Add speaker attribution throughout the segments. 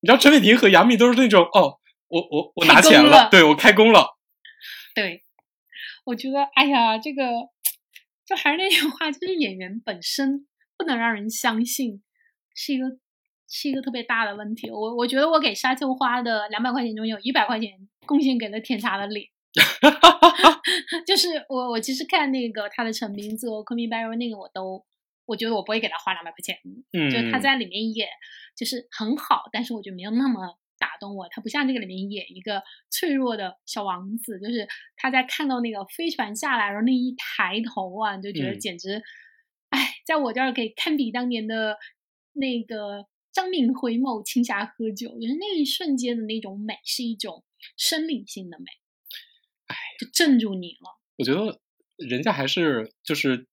Speaker 1: 你知道陈伟霆和杨幂都是那种哦，我我我拿
Speaker 2: 开工
Speaker 1: 钱
Speaker 2: 了
Speaker 1: 对我开工了，
Speaker 2: 对，我觉得，哎呀，这个就还是那句话，就是演员本身不能让人相信，是一个是一个特别大的问题。我我觉得我给沙丘花的两百块钱中有一百块钱贡献给了甜茶的脸。就是我，我其实看那个他的成名作《Call Me by Your Name》，那个我都，我觉得我不会给他花两百块钱，
Speaker 1: 嗯，
Speaker 2: 就是他在里面演，就是很好，但是我觉得没有那么打动我。他不像这个里面演一个脆弱的小王子，就是他在看到那个飞船下来，然后那一抬头啊，你就觉得
Speaker 1: 嗯
Speaker 2: 简直，哎、在我这儿可以堪比当年的那个张敏回眸青霞喝酒，就是那一瞬间的那种美，是一种生理性的美，
Speaker 1: 哎，
Speaker 2: 就镇住你了。
Speaker 1: 我觉得人家还是就是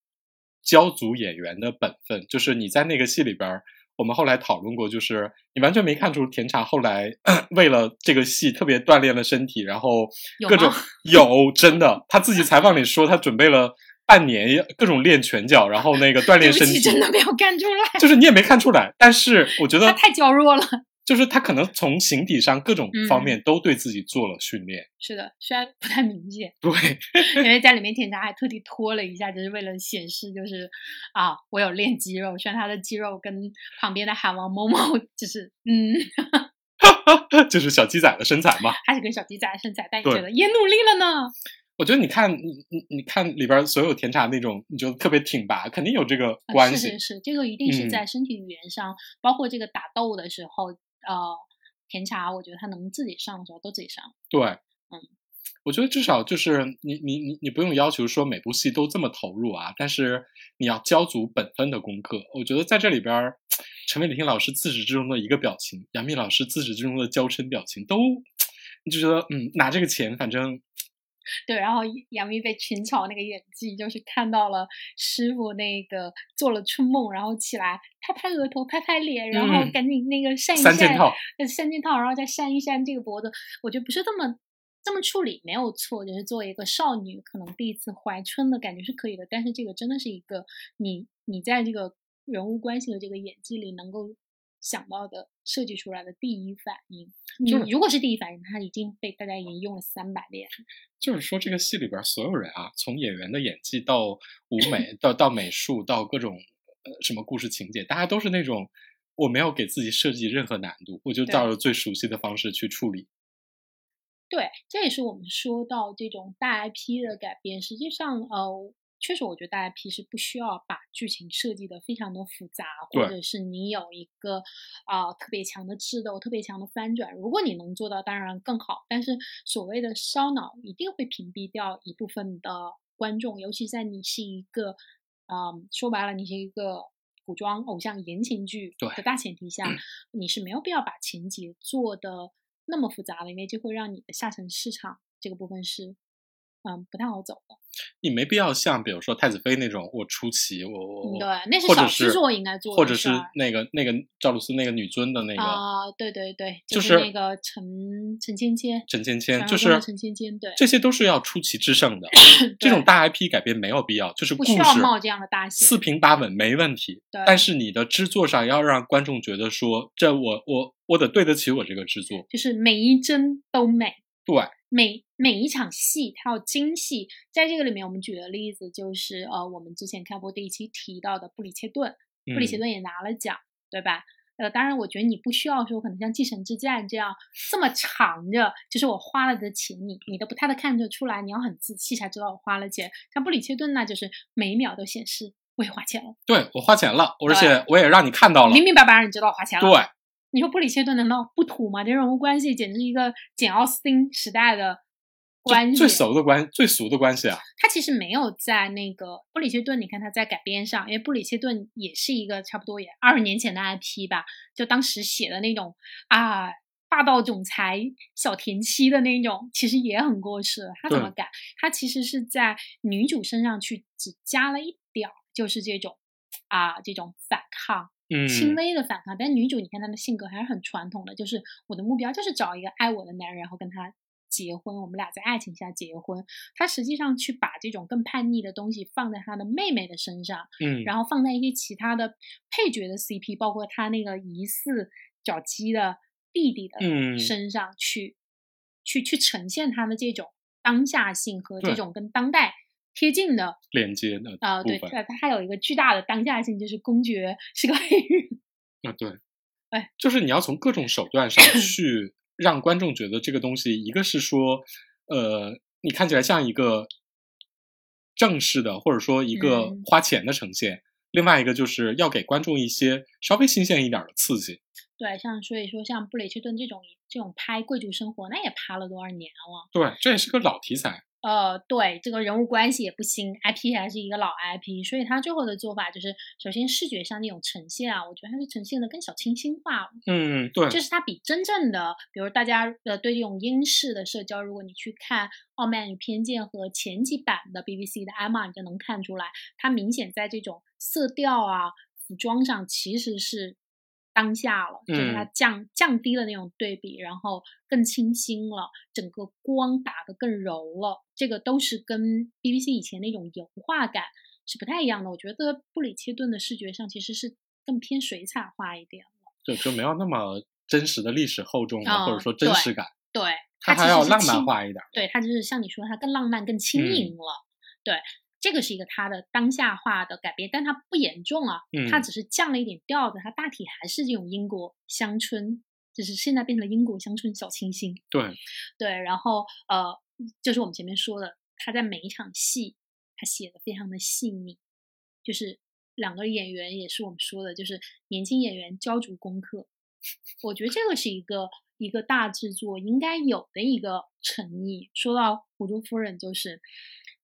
Speaker 1: 教足演员的本分，就是你在那个戏里边儿，我们后来讨论过，就是你完全没看出甜茶后来 为了这个戏特别锻炼了身体，然后
Speaker 2: 有
Speaker 1: 各种
Speaker 2: 吗
Speaker 1: 有真的，他自己采访里说他准备了半年，各种练拳脚，然后那个锻
Speaker 2: 对
Speaker 1: 炼
Speaker 2: 不
Speaker 1: 身
Speaker 2: 起，
Speaker 1: 体，
Speaker 2: 真的没有看出来，
Speaker 1: 就是你也没看出来，但是我觉
Speaker 2: 他
Speaker 1: 得
Speaker 2: 太娇弱了。嗯
Speaker 1: 就是他可能从形体上各种方面都对自己做了训练，
Speaker 2: 是的，虽然不太明显。
Speaker 1: 对，
Speaker 2: 因为在里面，甜茶还特地拖了一下，就是为了显示，就是啊，我有练肌肉。虽然他的肌肉跟旁边的海王某 某，就是嗯，
Speaker 1: 就是小鸡仔的身材嘛。
Speaker 2: 还是跟小鸡仔身材，但你
Speaker 1: 对
Speaker 2: 觉得也努力了呢？
Speaker 1: 我觉得你看，你你你看里边所有甜茶那种，你就特别挺拔，肯定有这个
Speaker 2: 啊
Speaker 1: 关
Speaker 2: 是
Speaker 1: 系。
Speaker 2: 是是，这个一定是
Speaker 1: 嗯
Speaker 2: 在身体语言上，包括这个打斗的时候，呃，甜茶我觉得他能自己上的时候都自己上。
Speaker 1: 对，嗯，我觉得至少就是你你你你不用要求说每部戏都这么投入啊，但是你要交足本分的功课。我觉得在这里边儿，陈伟霆老师自始至终的一个表情，杨幂老师自始至终的娇嗔表情，都你就觉得嗯，拿这个钱反正
Speaker 2: 对，然后杨幂被群嘲那个演技，就是看到了师傅那个做了春梦，然后起来拍拍额头，拍拍脸，然后
Speaker 1: 嗯
Speaker 2: 赶紧那个扇一扇
Speaker 1: 三件套。
Speaker 2: 呃三件套，然后再扇一扇这个脖子，我觉得不是这么这么处理没有错，就是作为一个少女，可能第一次怀春的感觉是可以的，但是这个真的是一个你你在这个人物关系的这个演技里能够想到的设计出来的第一反应，你
Speaker 1: 就是
Speaker 2: 如果是第一反应，它已经被大家已经用了三百遍，
Speaker 1: 就是说，这个戏里边儿所有人啊，从演员的演技到舞美，到到美术，到各种呃什么故事情节，大家都是那种我没有给自己设计任何难度，我就
Speaker 2: 对
Speaker 1: 照着最熟悉的方式去处理。
Speaker 2: 对，这也是我们说到这种大 IP 的改编，实际上，呃，确实我觉得大 IP 是不需要把剧情设计的非常的复杂，或
Speaker 1: 对
Speaker 2: 者是你有一个啊、呃特别强的智斗、特别强的翻转，如果你能做到，当然更好。但是所谓的烧脑，一定会屏蔽掉一部分的观众，尤其在你是一个，嗯、说白了，你是一个。古装偶像言情剧
Speaker 1: 对嗯
Speaker 2: 的大前提下，你是没有必要把情节做的那么复杂的，因为这会让你的下沉市场这个部分是，嗯，不太好走的。
Speaker 1: 你没必要像比如说太子妃那种，我出奇，我我
Speaker 2: 嗯
Speaker 1: 我
Speaker 2: 对那是
Speaker 1: 哦或者
Speaker 2: 小制
Speaker 1: 是
Speaker 2: 作应该做
Speaker 1: 或
Speaker 2: 的
Speaker 1: 者
Speaker 2: 事
Speaker 1: 是
Speaker 2: 儿
Speaker 1: 那个那个赵露思那个女尊的那个、
Speaker 2: 啊、对对对，
Speaker 1: 就是是
Speaker 2: 那个陈陈芊芊，
Speaker 1: 陈芊
Speaker 2: 传
Speaker 1: 芊，就
Speaker 2: 说中
Speaker 1: 是
Speaker 2: 的陈芊芊对
Speaker 1: 这些都是要出奇制胜的，这种
Speaker 2: 对
Speaker 1: 大 IP 改编没有必要，就是
Speaker 2: 不
Speaker 1: 故事
Speaker 2: 需要冒这样的大险
Speaker 1: 四平八稳没问题，
Speaker 2: 对，
Speaker 1: 但是你的制作上要让观众觉得说，这我我我得对得起我这个制作。
Speaker 2: 就是每一帧都美，
Speaker 1: 对，
Speaker 2: 每每一场戏它要精细。在这个里面，我们举的例子就是呃，我们之前开播第一期提到的布里切顿，布里奇
Speaker 1: 嗯、
Speaker 2: 顿也拿了奖，对吧？呃，当然，我觉得你不需要说可能像《继承之战》这样这么长着，就是我花了的钱，你你都不太的看得出来，你要很仔细才知道我花了钱。像布里切顿那就是每一秒都显示我也花钱了，
Speaker 1: 对我花钱了，而
Speaker 2: 对
Speaker 1: 且我也让你看到了。
Speaker 2: 明明白白让你知道我花钱了。
Speaker 1: 对，
Speaker 2: 你说布里切顿难道不土吗？这人物关系简直是一个简奥斯汀时代的关
Speaker 1: 最
Speaker 2: 系，
Speaker 1: 最熟的关最俗的关系啊，
Speaker 2: 他其实没有在那个布里切顿，你看他在改编上，因为布里切顿也是一个差不多也二十年前的 IP 吧，就当时写的那种啊霸道总裁小甜妻的那种，其实也很过时了。他怎么改？他其实是在女主身上去只加了一点儿，就是这种啊这种反抗，
Speaker 1: 嗯，
Speaker 2: 轻微的反抗。但女主，你看她的性格还是很传统的，就是我的目标就是找一个爱我的男人，然后跟他结婚，我们俩在爱情下结婚。她实际上去把这种更叛逆的东西放在她的妹妹的身上，
Speaker 1: 嗯，
Speaker 2: 然后放在一些其他的配角的 CP，包括她那个疑似找鸡的弟弟的
Speaker 1: 嗯
Speaker 2: 身上去，去去呈现他的这种当下性和这
Speaker 1: 对
Speaker 2: 种跟当代贴近的
Speaker 1: 链接的
Speaker 2: 啊、
Speaker 1: 部
Speaker 2: 对，
Speaker 1: 分
Speaker 2: 它它还有一个巨大的当下性，就是公爵是个黑人，
Speaker 1: 啊，对，
Speaker 2: 哎，
Speaker 1: 就是你要从各种手段 上去让观众觉得这个东西，一个是说，呃，你看起来像一个正式的，或者说一个
Speaker 2: 嗯
Speaker 1: 花钱的呈现；，另外一个就是要给观众一些稍微新鲜一点儿的刺激。
Speaker 2: 对，像所以说像布雷切顿这种这种拍贵族生活，那也拍了多少年了？
Speaker 1: 对，这也是个老题材。
Speaker 2: 呃，对，这个人物关系也不新，IP 还是一个老 IP，所以他最后的做法就是，首先视觉上那种呈现啊，我觉得它是呈现的更小清新化，
Speaker 1: 嗯，对，
Speaker 2: 就是它比真正的，比如大家呃对这种英式的社交，如果你去看《傲慢与偏见》和前几版的 BBC 的《艾玛》，你就能看出来，它明显在这种色调啊、服装上其实是当下了，就是它
Speaker 1: 嗯
Speaker 2: 降降低了那种对比，然后更清新了，整个光打得更柔了，这个都是跟 BBC 以前那种油画感是不太一样的。我觉得布里切顿的视觉上其实是更偏水彩画一点。
Speaker 1: 对，就没有那么真实的历史厚重啊，或者
Speaker 2: 嗯
Speaker 1: 说真
Speaker 2: 对
Speaker 1: 实感，
Speaker 2: 对，
Speaker 1: 它
Speaker 2: 其
Speaker 1: 还
Speaker 2: 实
Speaker 1: 要
Speaker 2: 是
Speaker 1: 浪漫
Speaker 2: 轻
Speaker 1: 化一点儿。
Speaker 2: 对，它就是像你说，它更浪漫、更轻
Speaker 1: 嗯
Speaker 2: 盈了。对，这个是一个它的当下化的改变，但它不严重啊，它
Speaker 1: 嗯
Speaker 2: 只是降了一点调子，它大体还是这种英国乡村，就是现在变成了英国乡村小清新。
Speaker 1: 对，
Speaker 2: 对，然后呃，就是我们前面说的，他在每一场戏，他写的非常的细腻，就是两个演员也是我们说的，就是年轻演员交足功课。我觉得这个是一个一个大制作应该有的一个诚意。说到《虎珠夫人》，就是，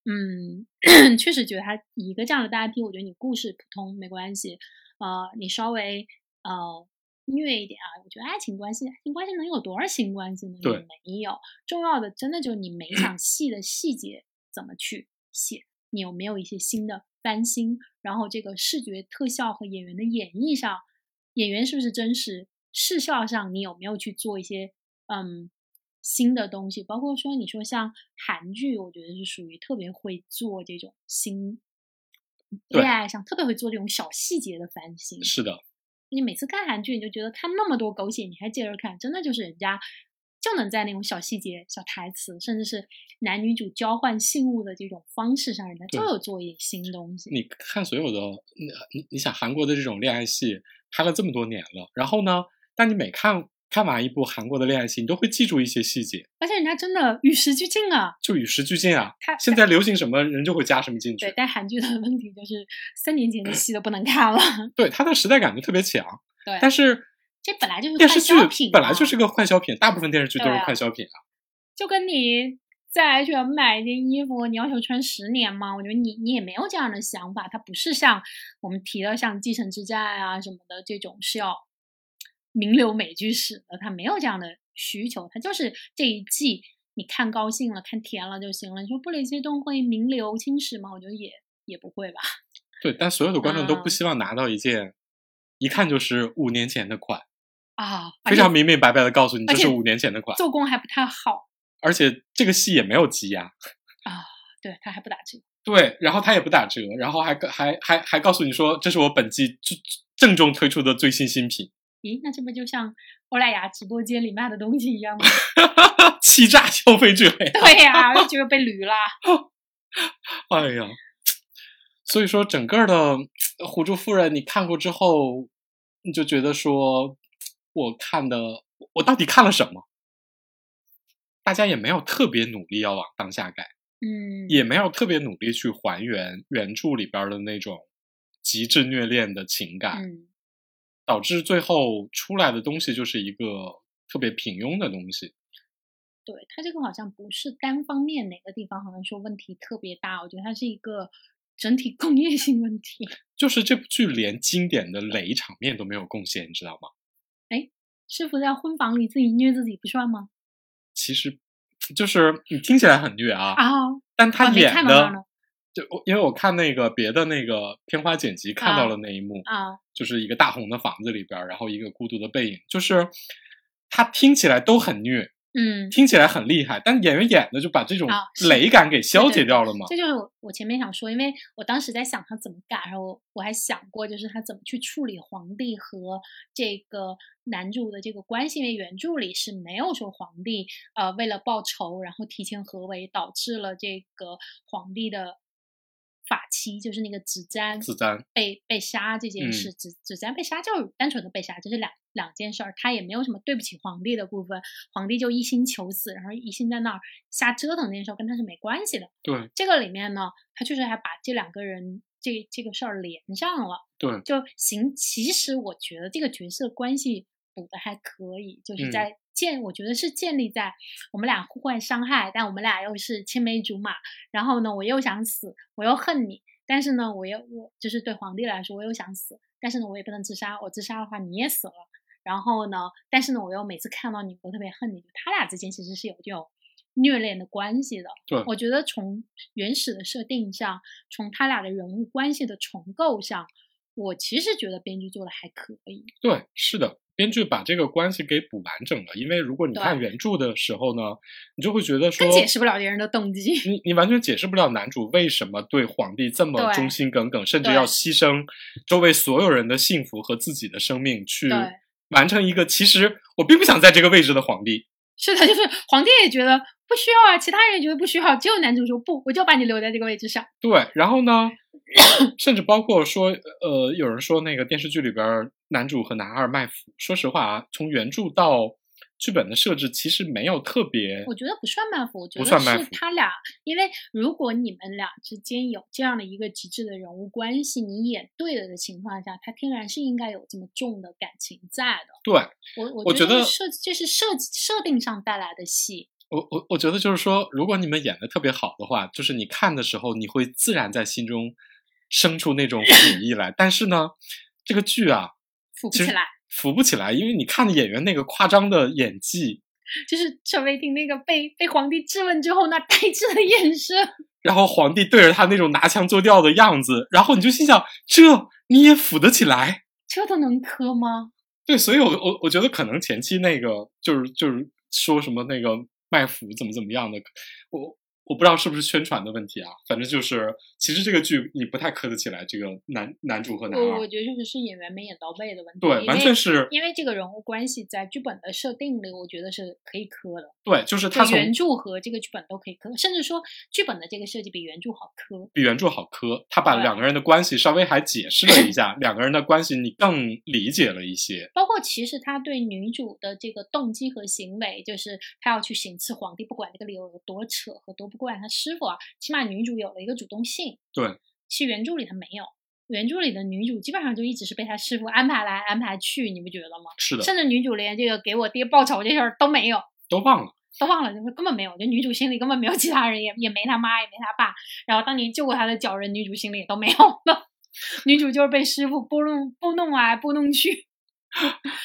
Speaker 2: 嗯， 确实觉得他一个这样的大 IP，我觉得你故事普通没关系，呃，你稍微呃虐一点啊，我觉得爱情关系，爱情关系能有多少性关系呢？也
Speaker 1: 对
Speaker 2: 没有。重要的真的就是你每 一场戏的细节怎么去写，你有没有一些新的翻新，然后这个视觉特效和演员的演绎上，演员是不是真实，视效上你有没有去做一些嗯新的东西，包括说你说像韩剧，我觉得是属于特别会做这种新。
Speaker 1: 对
Speaker 2: 恋爱上特别会做这种小细节的翻新，
Speaker 1: 是的，
Speaker 2: 你每次看韩剧，你就觉得看那么多狗血，你还接着看，真的就是人家就能在那种小细节、小台词，甚至是男女主交换信物的这种方式上，人家就
Speaker 1: 对
Speaker 2: 有做一点新东西。
Speaker 1: 你看所有的，你你你想韩国的这种恋爱戏拍了这么多年了，然后呢，但你每看看完一部韩国的恋爱戏，你都会记住一些细节，
Speaker 2: 而且人家真的与时俱进啊。
Speaker 1: 就与时俱进啊。
Speaker 2: 他
Speaker 1: 现在流行什么，人就会加什么进去。
Speaker 2: 对，但韩剧的问题就是三 年前的戏都不能看了。
Speaker 1: 对，它的时代感就特别强。
Speaker 2: 对，
Speaker 1: 但是
Speaker 2: 这本来就是
Speaker 1: 电视
Speaker 2: 快
Speaker 1: 剧
Speaker 2: 消品
Speaker 1: 本来就
Speaker 2: 嘛
Speaker 1: 是个快消品，大部分电视剧都
Speaker 2: 对
Speaker 1: 是
Speaker 2: 啊
Speaker 1: 快消品啊。
Speaker 2: 就跟你在 H&M 买一件衣服，你要求穿十年吗？我觉得你你也没有这样的想法，它不是像我们提到像《继承之战》啊什么的这种是要名流美剧史的，它没有这样的需求，它就是这一季你看高兴了，看甜了就行了。你说布雷切顿会名流青史吗？我觉得也也不会吧。
Speaker 1: 对，但所有的观众都不
Speaker 2: 嗯
Speaker 1: 希望拿到一件。一看就是五年前的款，
Speaker 2: 啊，而
Speaker 1: 非
Speaker 2: 且
Speaker 1: 常明明白白的告诉你，
Speaker 2: 而
Speaker 1: 这是
Speaker 2: 且
Speaker 1: 五年前的款，
Speaker 2: 做工还不太好，
Speaker 1: 而且这个戏也没有啊积压，
Speaker 2: 对，它还不打折。
Speaker 1: 对，然后他也不打折，然后还告还还还告诉你说这是我本季最郑重推出的最新新品，
Speaker 2: 咦，那这不就像欧莱雅直播间里卖的东西一样吗？
Speaker 1: 欺诈消费者呀！
Speaker 2: 对呀、就觉得被驴了。
Speaker 1: 哎呀，所以说整个的《虎珠夫人》，你看过之后，你就觉得说，我看的我到底看了什么？大家也没有特别努力要往当下改，
Speaker 2: 嗯，
Speaker 1: 也没有特别努力去还原原著里边的那种极致虐恋的情感。
Speaker 2: 嗯。
Speaker 1: 导致最后出来的东西就是一个特别平庸的东西。
Speaker 2: 对，它这个好像不是单方面哪个地方，好像说问题特别大，我觉得它是一个整体工业性问题。
Speaker 1: 就是这部剧连经典的雷场面都没有贡献，你知道吗？
Speaker 2: 师傅在婚房里自己虐自己不算吗？
Speaker 1: 其实就是你听起来很虐啊，
Speaker 2: 啊，
Speaker 1: 但他
Speaker 2: 啊没
Speaker 1: 演
Speaker 2: 看到那
Speaker 1: 的
Speaker 2: 儿呢
Speaker 1: 就我因为我看那个别的那个片花剪辑看
Speaker 2: 啊
Speaker 1: 到了那一幕，
Speaker 2: 啊，
Speaker 1: 就是一个大红的房子里边儿，然后一个孤独的背影，就是他听起来都很虐，
Speaker 2: 嗯，
Speaker 1: 听起来很厉害，但演员演的就把这种
Speaker 2: 啊是
Speaker 1: 累感给消解掉了嘛。
Speaker 2: 这就是我我前面想说，因为我当时在想他怎么改，然后我还想过就是他怎么去处理皇帝和这个男主的这个关系，因为原著里是没有说皇帝呃为了报仇然后提前合围，导致了这个皇帝的法妻就是那个子瞻
Speaker 1: 子瞻
Speaker 2: 被被杀这件
Speaker 1: 嗯
Speaker 2: 事，子子瞻被杀就是单纯的被杀，这是两两件事儿，他也没有什么对不起皇帝的部分，皇帝就一心求死，然后一心在那儿瞎折腾这件事儿跟他是没关系的。
Speaker 1: 对
Speaker 2: 这个里面呢，他确实还把这两个人这这个事儿连上了，
Speaker 1: 对，
Speaker 2: 就行。其实我觉得这个角色关系补的还可以，就是在建，我觉得是建立在我们俩互换伤害，但我们俩又是青梅竹马，然后呢，我又想死，我又恨你，但是呢，我又我就是对皇帝来说，我又想死，但是呢，我也不能自杀，我自杀的话你也死了。然后呢，但是呢，我又每次看到你，我特别恨你。他俩之间其实是有这种虐恋的关系的。
Speaker 1: 对
Speaker 2: 我觉得从原始的设定上，从他俩的人物关系的重构上，我其实觉得编剧做的还可以。
Speaker 1: 对，是的，编剧把这个关系给补完整了。因为如果你
Speaker 2: 对
Speaker 1: 看原著的时候呢，你就会觉得说
Speaker 2: 更，解释不了别人的动机。
Speaker 1: 你你完全解释不了男主为什么对皇帝这么
Speaker 2: 对
Speaker 1: 忠心耿耿，甚至
Speaker 2: 对
Speaker 1: 要牺牲周围所有人的幸福和自己的生命去
Speaker 2: 对
Speaker 1: 完成一个其实我并不想在这个位置的皇帝。
Speaker 2: 是的，就是皇帝也觉得不需要啊，其他人也觉得不需要，只有男主说不，我就把你留在这个位置上。
Speaker 1: 对，然后呢，甚至包括说，呃，有人说那个电视剧里边儿男主和男二卖腐，说实话啊，从原著到剧本的设置其实没有特别
Speaker 2: 我觉得不算慢腐，我觉
Speaker 1: 不
Speaker 2: 得
Speaker 1: 算慢
Speaker 2: 是
Speaker 1: 腐
Speaker 2: 他俩，因为如果你们俩之间有这样的一个极致的人物关系，你演对了的情况下，他天然是应该有这么重的感情在的。
Speaker 1: 对。
Speaker 2: 我我
Speaker 1: 我觉
Speaker 2: 觉这
Speaker 1: 得
Speaker 2: 是设这是设计设定上带来的戏，
Speaker 1: 我我我觉得就是说，如果你们演的特别好的话，就是你看的时候，你会自然在心中生出 那种腐意来。但是呢，这个剧啊，
Speaker 2: 腐不
Speaker 1: 其
Speaker 2: 起
Speaker 1: 实
Speaker 2: 来。
Speaker 1: 腐不起来，因为你看演员那个夸张的演技，
Speaker 2: 就是陈伟霆那个被被皇帝质问之后那呆滞的眼神，
Speaker 1: 然后皇帝对着他那种拿腔作调的样子，然后你就心想，这你也腐得起来？
Speaker 2: 这都能磕吗？
Speaker 1: 对，所以我我我觉得可能前期那个就是就是说什么那个卖腐怎么怎么样的，我我不知道是不是宣传的问题啊，反正就是其实这个剧你不太磕得起来这个男男主和男
Speaker 2: 我我
Speaker 1: 二，
Speaker 2: 觉得就是是演员没演到位的问
Speaker 1: 啊
Speaker 2: 题，
Speaker 1: 对，
Speaker 2: 因
Speaker 1: 完
Speaker 2: 为
Speaker 1: 全是
Speaker 2: 因为这个人物关系在剧本的设定里，我觉得是可以磕的，
Speaker 1: 对，就是
Speaker 2: 就
Speaker 1: 他从
Speaker 2: 原著和这个剧本都可以磕，甚至说剧本的这个设计比原著好磕。
Speaker 1: 比原著好磕，他把
Speaker 2: 对
Speaker 1: 两个人的关系稍微还解释了一下，两个人的关系你更理解了一些，
Speaker 2: 包括其实他对女主的这个动机和行为，就是他要去行刺皇帝，不管这个理由有多扯和多不惯他师傅啊，起码女主有了一个主动性。
Speaker 1: 对，
Speaker 2: 其实原著里她没有，原著里的女主基本上就一直是被她师傅安排来安排去，你不觉得吗？
Speaker 1: 是的，
Speaker 2: 甚至女主连这个给我爹报仇这事儿都没有，
Speaker 1: 都忘了，
Speaker 2: 都忘了，就是根本没有，就女主心里根本没有其他人，也也没她妈，也没她爸。然后当年救过她的脚人，女主心里也都没有了。 女主就是被师傅拨弄拨弄来拨弄去。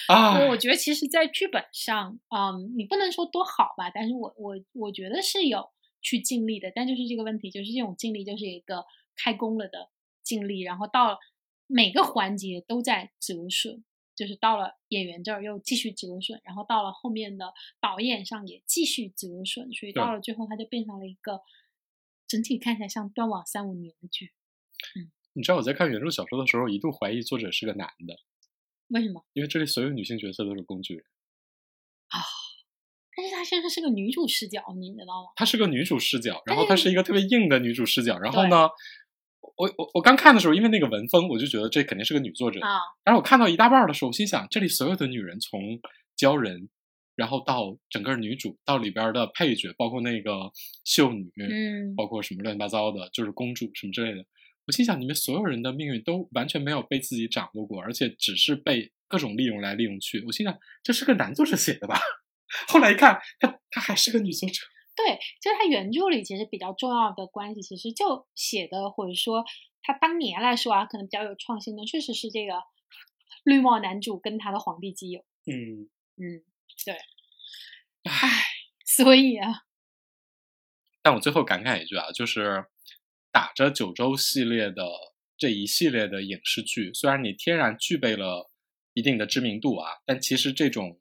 Speaker 1: 啊，
Speaker 2: 我我觉得其实，在剧本上，嗯，你不能说多好吧，但是我我我觉得是有去尽力的，但就是这个问题，就是这种尽力就是一个开工了的尽力，然后到了每个环节都在折损，就是到了演员这儿又继续折损，然后到了后面的导演上也继续折损，所以到
Speaker 1: 对
Speaker 2: 了最后，它就变成了一个整体看起来像断网三五年的剧。
Speaker 1: 你知道我在看原著小说的时候，一度怀疑作者是个男的，
Speaker 2: 为什么？
Speaker 1: 因为这里所有女性角色都是工具人。
Speaker 2: 但是它现在是个女主视角，你知道吗？
Speaker 1: 她是个女主视角，然后
Speaker 2: 是
Speaker 1: 她是一个特别硬的女主视角。然后
Speaker 2: 对
Speaker 1: 呢，我我我刚看的时候，因为那个文风，我就觉得这肯定是个女作者。
Speaker 2: 啊，
Speaker 1: 然后我看到一大半儿的时候，我心想，这里所有的女人从鲛人，然后到整个女主，到里边儿的配角，包括那个秀女，
Speaker 2: 嗯，
Speaker 1: 包括什么乱七八糟的，就是公主什么之类的。我心想，你们所有人的命运都完全没有被自己掌握过，而且只是被各种利用来利用去。我心想，这是个男作者写的吧？ 后来一看，她她还是个女作者。
Speaker 2: 对，就是他原著里其实比较重要的关系，其实就写的或者说他当年来说啊，可能比较有创新的，确实是这个绿帽男主跟他的皇帝基友，
Speaker 1: 嗯，
Speaker 2: 嗯，对，唉，所以啊，
Speaker 1: 但我最后感慨一句啊，就是打着九州系列的这一系列的影视剧，虽然你天然具备了一定的知名度啊，但其实这种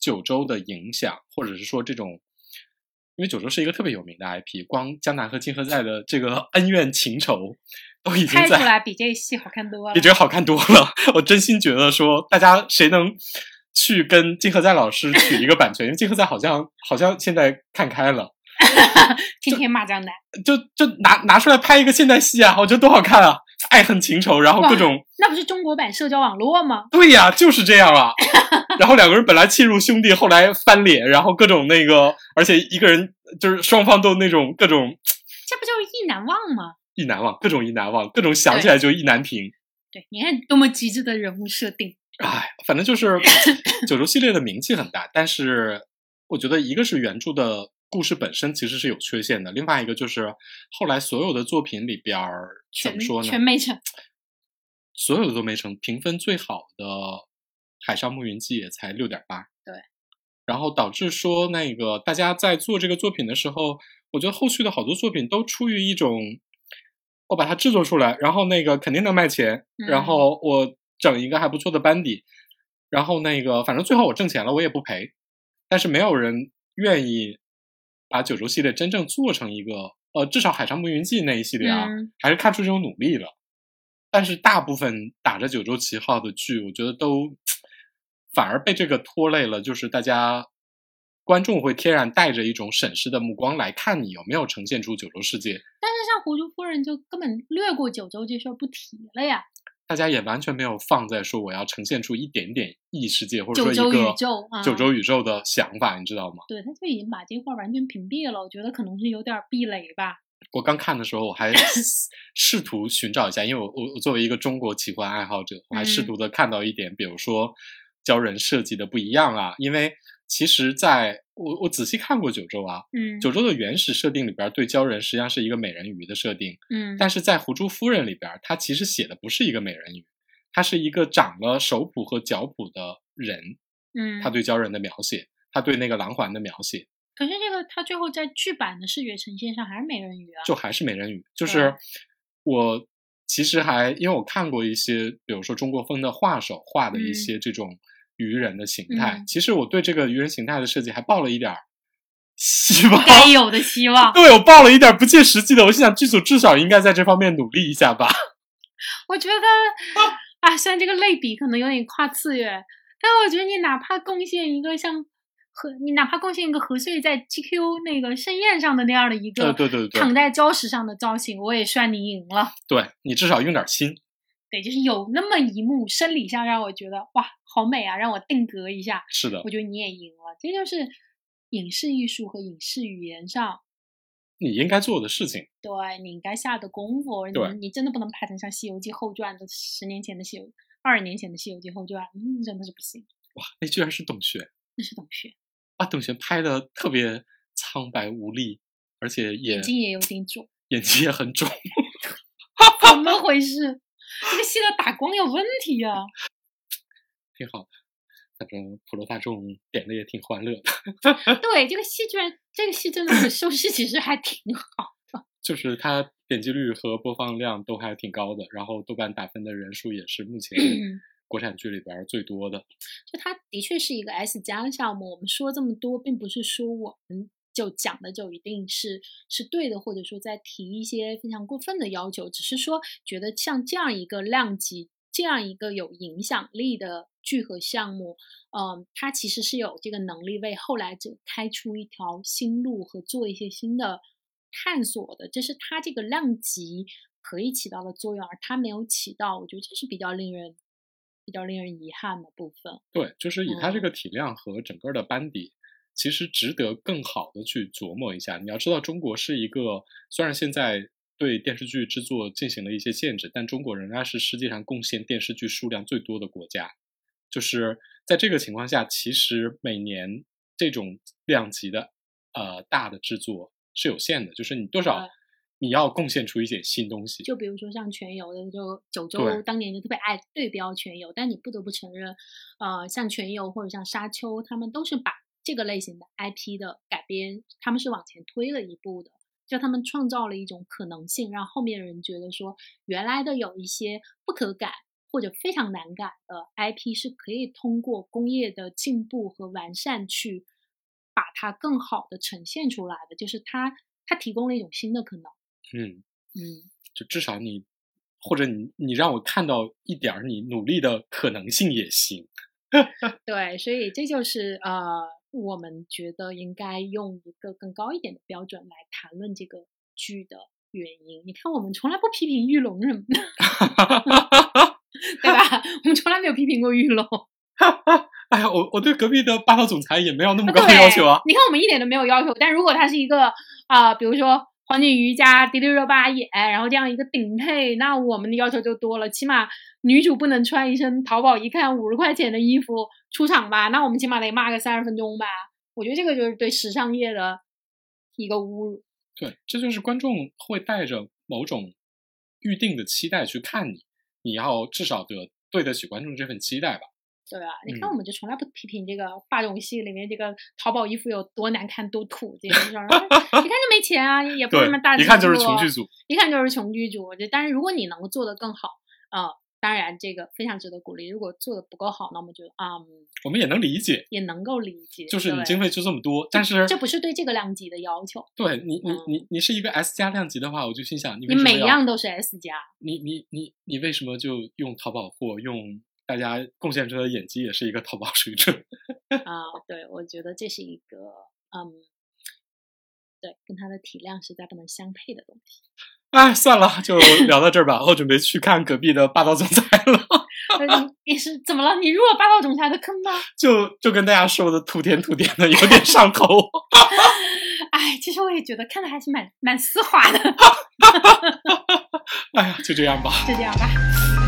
Speaker 1: 九州的影响，或者是说这种，因为九州是一个特别有名的 IP，光江南和金河在的这个 恩怨情仇都已经
Speaker 2: 拍出
Speaker 1: 在
Speaker 2: 来比这个戏好看多了
Speaker 1: 比。这个好看多了。 我真心觉得说，大家谁能去跟金河在老师取一个版权？因为金河在好像好像现在看开了，
Speaker 2: 天天骂江南，
Speaker 1: 就就拿拿出来拍一个现代戏啊，我觉得多好看啊！爱恨情仇，然后各
Speaker 2: 哇
Speaker 1: 种
Speaker 2: 那不是中国版社交网络吗？
Speaker 1: 对呀，就是这样 啊。然后两个人本来气入兄弟，后来翻脸，然后各种那个，而且一个人就是双方都那种各种
Speaker 2: 这不就是意难忘吗？
Speaker 1: 意难忘，各种意难忘，各种想起来就意难平。
Speaker 2: 对，你看多么极致的人物设定。
Speaker 1: 哎，反正就是 九州系列的名气很大，但是我觉得一个是原著的故事本身其实是有缺陷的，另外一个就是后来所有的作品里边儿怎
Speaker 2: 全
Speaker 1: 么说
Speaker 2: 全
Speaker 1: 呢？
Speaker 2: 没成，
Speaker 1: 所有的都没成，评分最好的《海上牧云记》也才六点八。
Speaker 2: 对。
Speaker 1: 然后导致说那个大家在做这个作品的时候，我觉得后续的好多作品都出于一种，我把它制作出来，然后那个肯定能卖钱，然
Speaker 2: 嗯
Speaker 1: 后我整一个还不错的班底，然后那个反正最后我挣钱了，我也不赔，但是没有人愿意把九州系列真正做成一个，呃，至少《海上牧云记》那一系列啊，
Speaker 2: 嗯
Speaker 1: 还是看出这种努力了。但是大部分打着九州旗号的剧，我觉得都反而被这个拖累了，就是大家观众会天然带着一种审视的目光来看你有没有呈现出九州世界，
Speaker 2: 但是像《狐狸夫人》就根本略过九州这事儿不提了呀。
Speaker 1: 大家也完全没有放在说我要呈现出一点点异世界或者说
Speaker 2: 九
Speaker 1: 一
Speaker 2: 州宇
Speaker 1: 个
Speaker 2: 宙啊
Speaker 1: 九州宇宙的想法，你知道吗？
Speaker 2: 对，他就已经把这块儿完全屏蔽了，我觉得可能是有点儿避雷吧。
Speaker 1: 我刚看的时候，我还 试图寻找一下，因为我我我作为一个中国奇观爱好者，我还试
Speaker 2: 嗯
Speaker 1: 图的看到一点，比如说教人设计的不一样啊。因为其实在我我仔细看过九州啊，
Speaker 2: 嗯，
Speaker 1: 九州的原始设定里边对鲛人实际上是一个美人鱼的设定，
Speaker 2: 嗯，
Speaker 1: 但是在狐珠夫人里边，她其实写的不是一个美人鱼，她是一个长了手蹼和脚蹼的人，
Speaker 2: 嗯，
Speaker 1: 她对鲛人的描写，她对那个狼环的描写，
Speaker 2: 可是这个他最后在剧版的视觉呈现上还是美人鱼啊。
Speaker 1: 就还是美人鱼。就
Speaker 2: 对
Speaker 1: 是我其实还因为我看过一些，比如说中国风的画手画的一
Speaker 2: 嗯
Speaker 1: 些这种鱼人的形态，
Speaker 2: 嗯
Speaker 1: 其实我对这个鱼人形态的设计还抱了一 点儿希望。
Speaker 2: 该有的希望，
Speaker 1: 对，我抱了一点儿不切实际的，我心想剧组至少应该在这方面努力一下吧。
Speaker 2: 我觉得啊，虽然这个类比可能有点跨次元，但我觉得你哪怕贡献一个像和你哪怕贡献一个何穗在 GQ 那个盛宴上的那样的一 个
Speaker 1: 呃对对对对
Speaker 2: 躺在礁石上的造型，我也算你赢了。
Speaker 1: 对你至少用点儿心。
Speaker 2: 对，就是有那么一幕，生理上让我觉得哇，好美啊，让我定格一下。
Speaker 1: 是的
Speaker 2: 我，觉得你也赢了，这就是影视艺术和影视语言上
Speaker 1: 你应该做的事情。
Speaker 2: 对你应该下的功夫。你
Speaker 1: 对
Speaker 2: 你真的不能拍成像《西游记后传》的十年前的《西游》，二十年前的《西游记后传》，嗯，真的是不行，
Speaker 1: 哇，那居然是董璇
Speaker 2: 那是董璇，
Speaker 1: 啊！董璇拍的特别苍白无力，而且也
Speaker 2: 眼睛也有点肿，
Speaker 1: 演技也很重。
Speaker 2: 怎么回事？这个戏的打光有问题啊呀、
Speaker 1: 挺好的。反正普罗大众点的也挺欢乐的，
Speaker 2: 对，这个戏居然，这个戏真的是收视其实还挺好。
Speaker 1: 就是它点击率和播放量都还挺高的，然后豆瓣打分的人数也是目前
Speaker 2: 嗯
Speaker 1: 国产剧里边儿最多的。
Speaker 2: 就它的确是一个 S 加的项目。我们说这么多，并不是说我们就讲的就一定是是对的，或者说在提一些非常过分的要求，只是说觉得像这样一个量级、这样一个有影响力的剧和项目，嗯，它其实是有这个能力为后来者开出一条新路和做一些新的探索的，这是它这个量级可以起到的作用，而它没有起到，我觉得这是比较令人比较令人遗憾的部分。
Speaker 1: 对，就是以它这
Speaker 2: 嗯
Speaker 1: 个体量和整个的班底，其实值得更好的去琢磨一下。你要知道，中国是一个虽然现在对电视剧制作进行了一些限制，但中国仍然是世界上贡献电视剧数量最多的国家。就是在这个情况下，其实每年这种量级的呃大的制作是有限的，就是你多少
Speaker 2: 对
Speaker 1: 你要贡献出一点新东西。
Speaker 2: 就比如说像全游的，就九
Speaker 1: 对
Speaker 2: 州当年就特别爱对标全游，但你不得不承认，呃，像全游或者像沙丘，他们都是把这个类型的 IP 的改编，他们是往前推了一步的，就他们创造了一种可能性，让后面人觉得说原来的有一些不可改或者非常难改的 IP 是可以通过工业的进步和完善去把它更好的呈现出来的，就是它它提供了一种新的可能。
Speaker 1: 嗯，
Speaker 2: 嗯，
Speaker 1: 就至少你或者你你让我看到一点儿你努力的可能性也行。
Speaker 2: 对，所以这就是呃，我们觉得应该用一个更高一点的标准来谈论这个剧的原因。你看，我们从来不批评玉龙什么 的，对吧？我们从来没有批评过玉龙。
Speaker 1: 哎呀，我我对隔壁的霸道总裁也没有那么高的要求啊。
Speaker 2: 你看，我们一点都没有要求，但如果他是一个啊、比如说黄景瑜加迪丽热巴演，然后这样一个顶配，那我们的要求就多了。起码女主不能穿一身淘宝一看五十块钱的衣服出场吧？那我们起码得骂个三十分钟吧？我觉得这个就是对时尚业的一个侮辱。
Speaker 1: 对，这就是观众会带着某种预定的期待去看你，你要至少得对得起观众这份期待吧。
Speaker 2: 对吧？你看，
Speaker 1: 嗯
Speaker 2: 我们就从来不批评这个霸总系里面这个淘宝衣服有多难看、多土这些 事儿，一看就没钱啊，也不是
Speaker 1: 对
Speaker 2: 什么大，哦
Speaker 1: 一看就是
Speaker 2: 制
Speaker 1: 穷
Speaker 2: 作
Speaker 1: 剧组。
Speaker 2: 一看就是穷剧组。就但是如果你能够做得更好，啊、当然这个非常值得鼓励。如果做得不够好，那我们觉得啊、嗯，
Speaker 1: 我们也能理解，
Speaker 2: 也能够理解。
Speaker 1: 就是你
Speaker 2: 对
Speaker 1: 经费就这么多，但是
Speaker 2: 这不是对这个量级的要求，
Speaker 1: 对你你
Speaker 2: 嗯
Speaker 1: 你你是一个 S 加量级的话，我就心想你为
Speaker 2: 你
Speaker 1: 什么
Speaker 2: 每
Speaker 1: 要
Speaker 2: 样都是 S 加。
Speaker 1: 你你你你为什么就用淘宝货用？大家贡献出来的演技也是一个淘宝水准，
Speaker 2: 啊，对，我觉得这是一个嗯，对，跟它的体量实在不能相配的东 西。
Speaker 1: 哎，算了，就聊到这儿吧。我准备去看隔壁的霸道总裁了，
Speaker 2: 呃你你是怎么了？你入了霸道总裁的坑吗？
Speaker 1: 就就跟大家说的吐甜吐甜的，有点上头。
Speaker 2: 哎，其实我也觉得看的还是蛮蛮丝滑的，
Speaker 1: 哎呀，就这样吧。
Speaker 2: 就这样吧。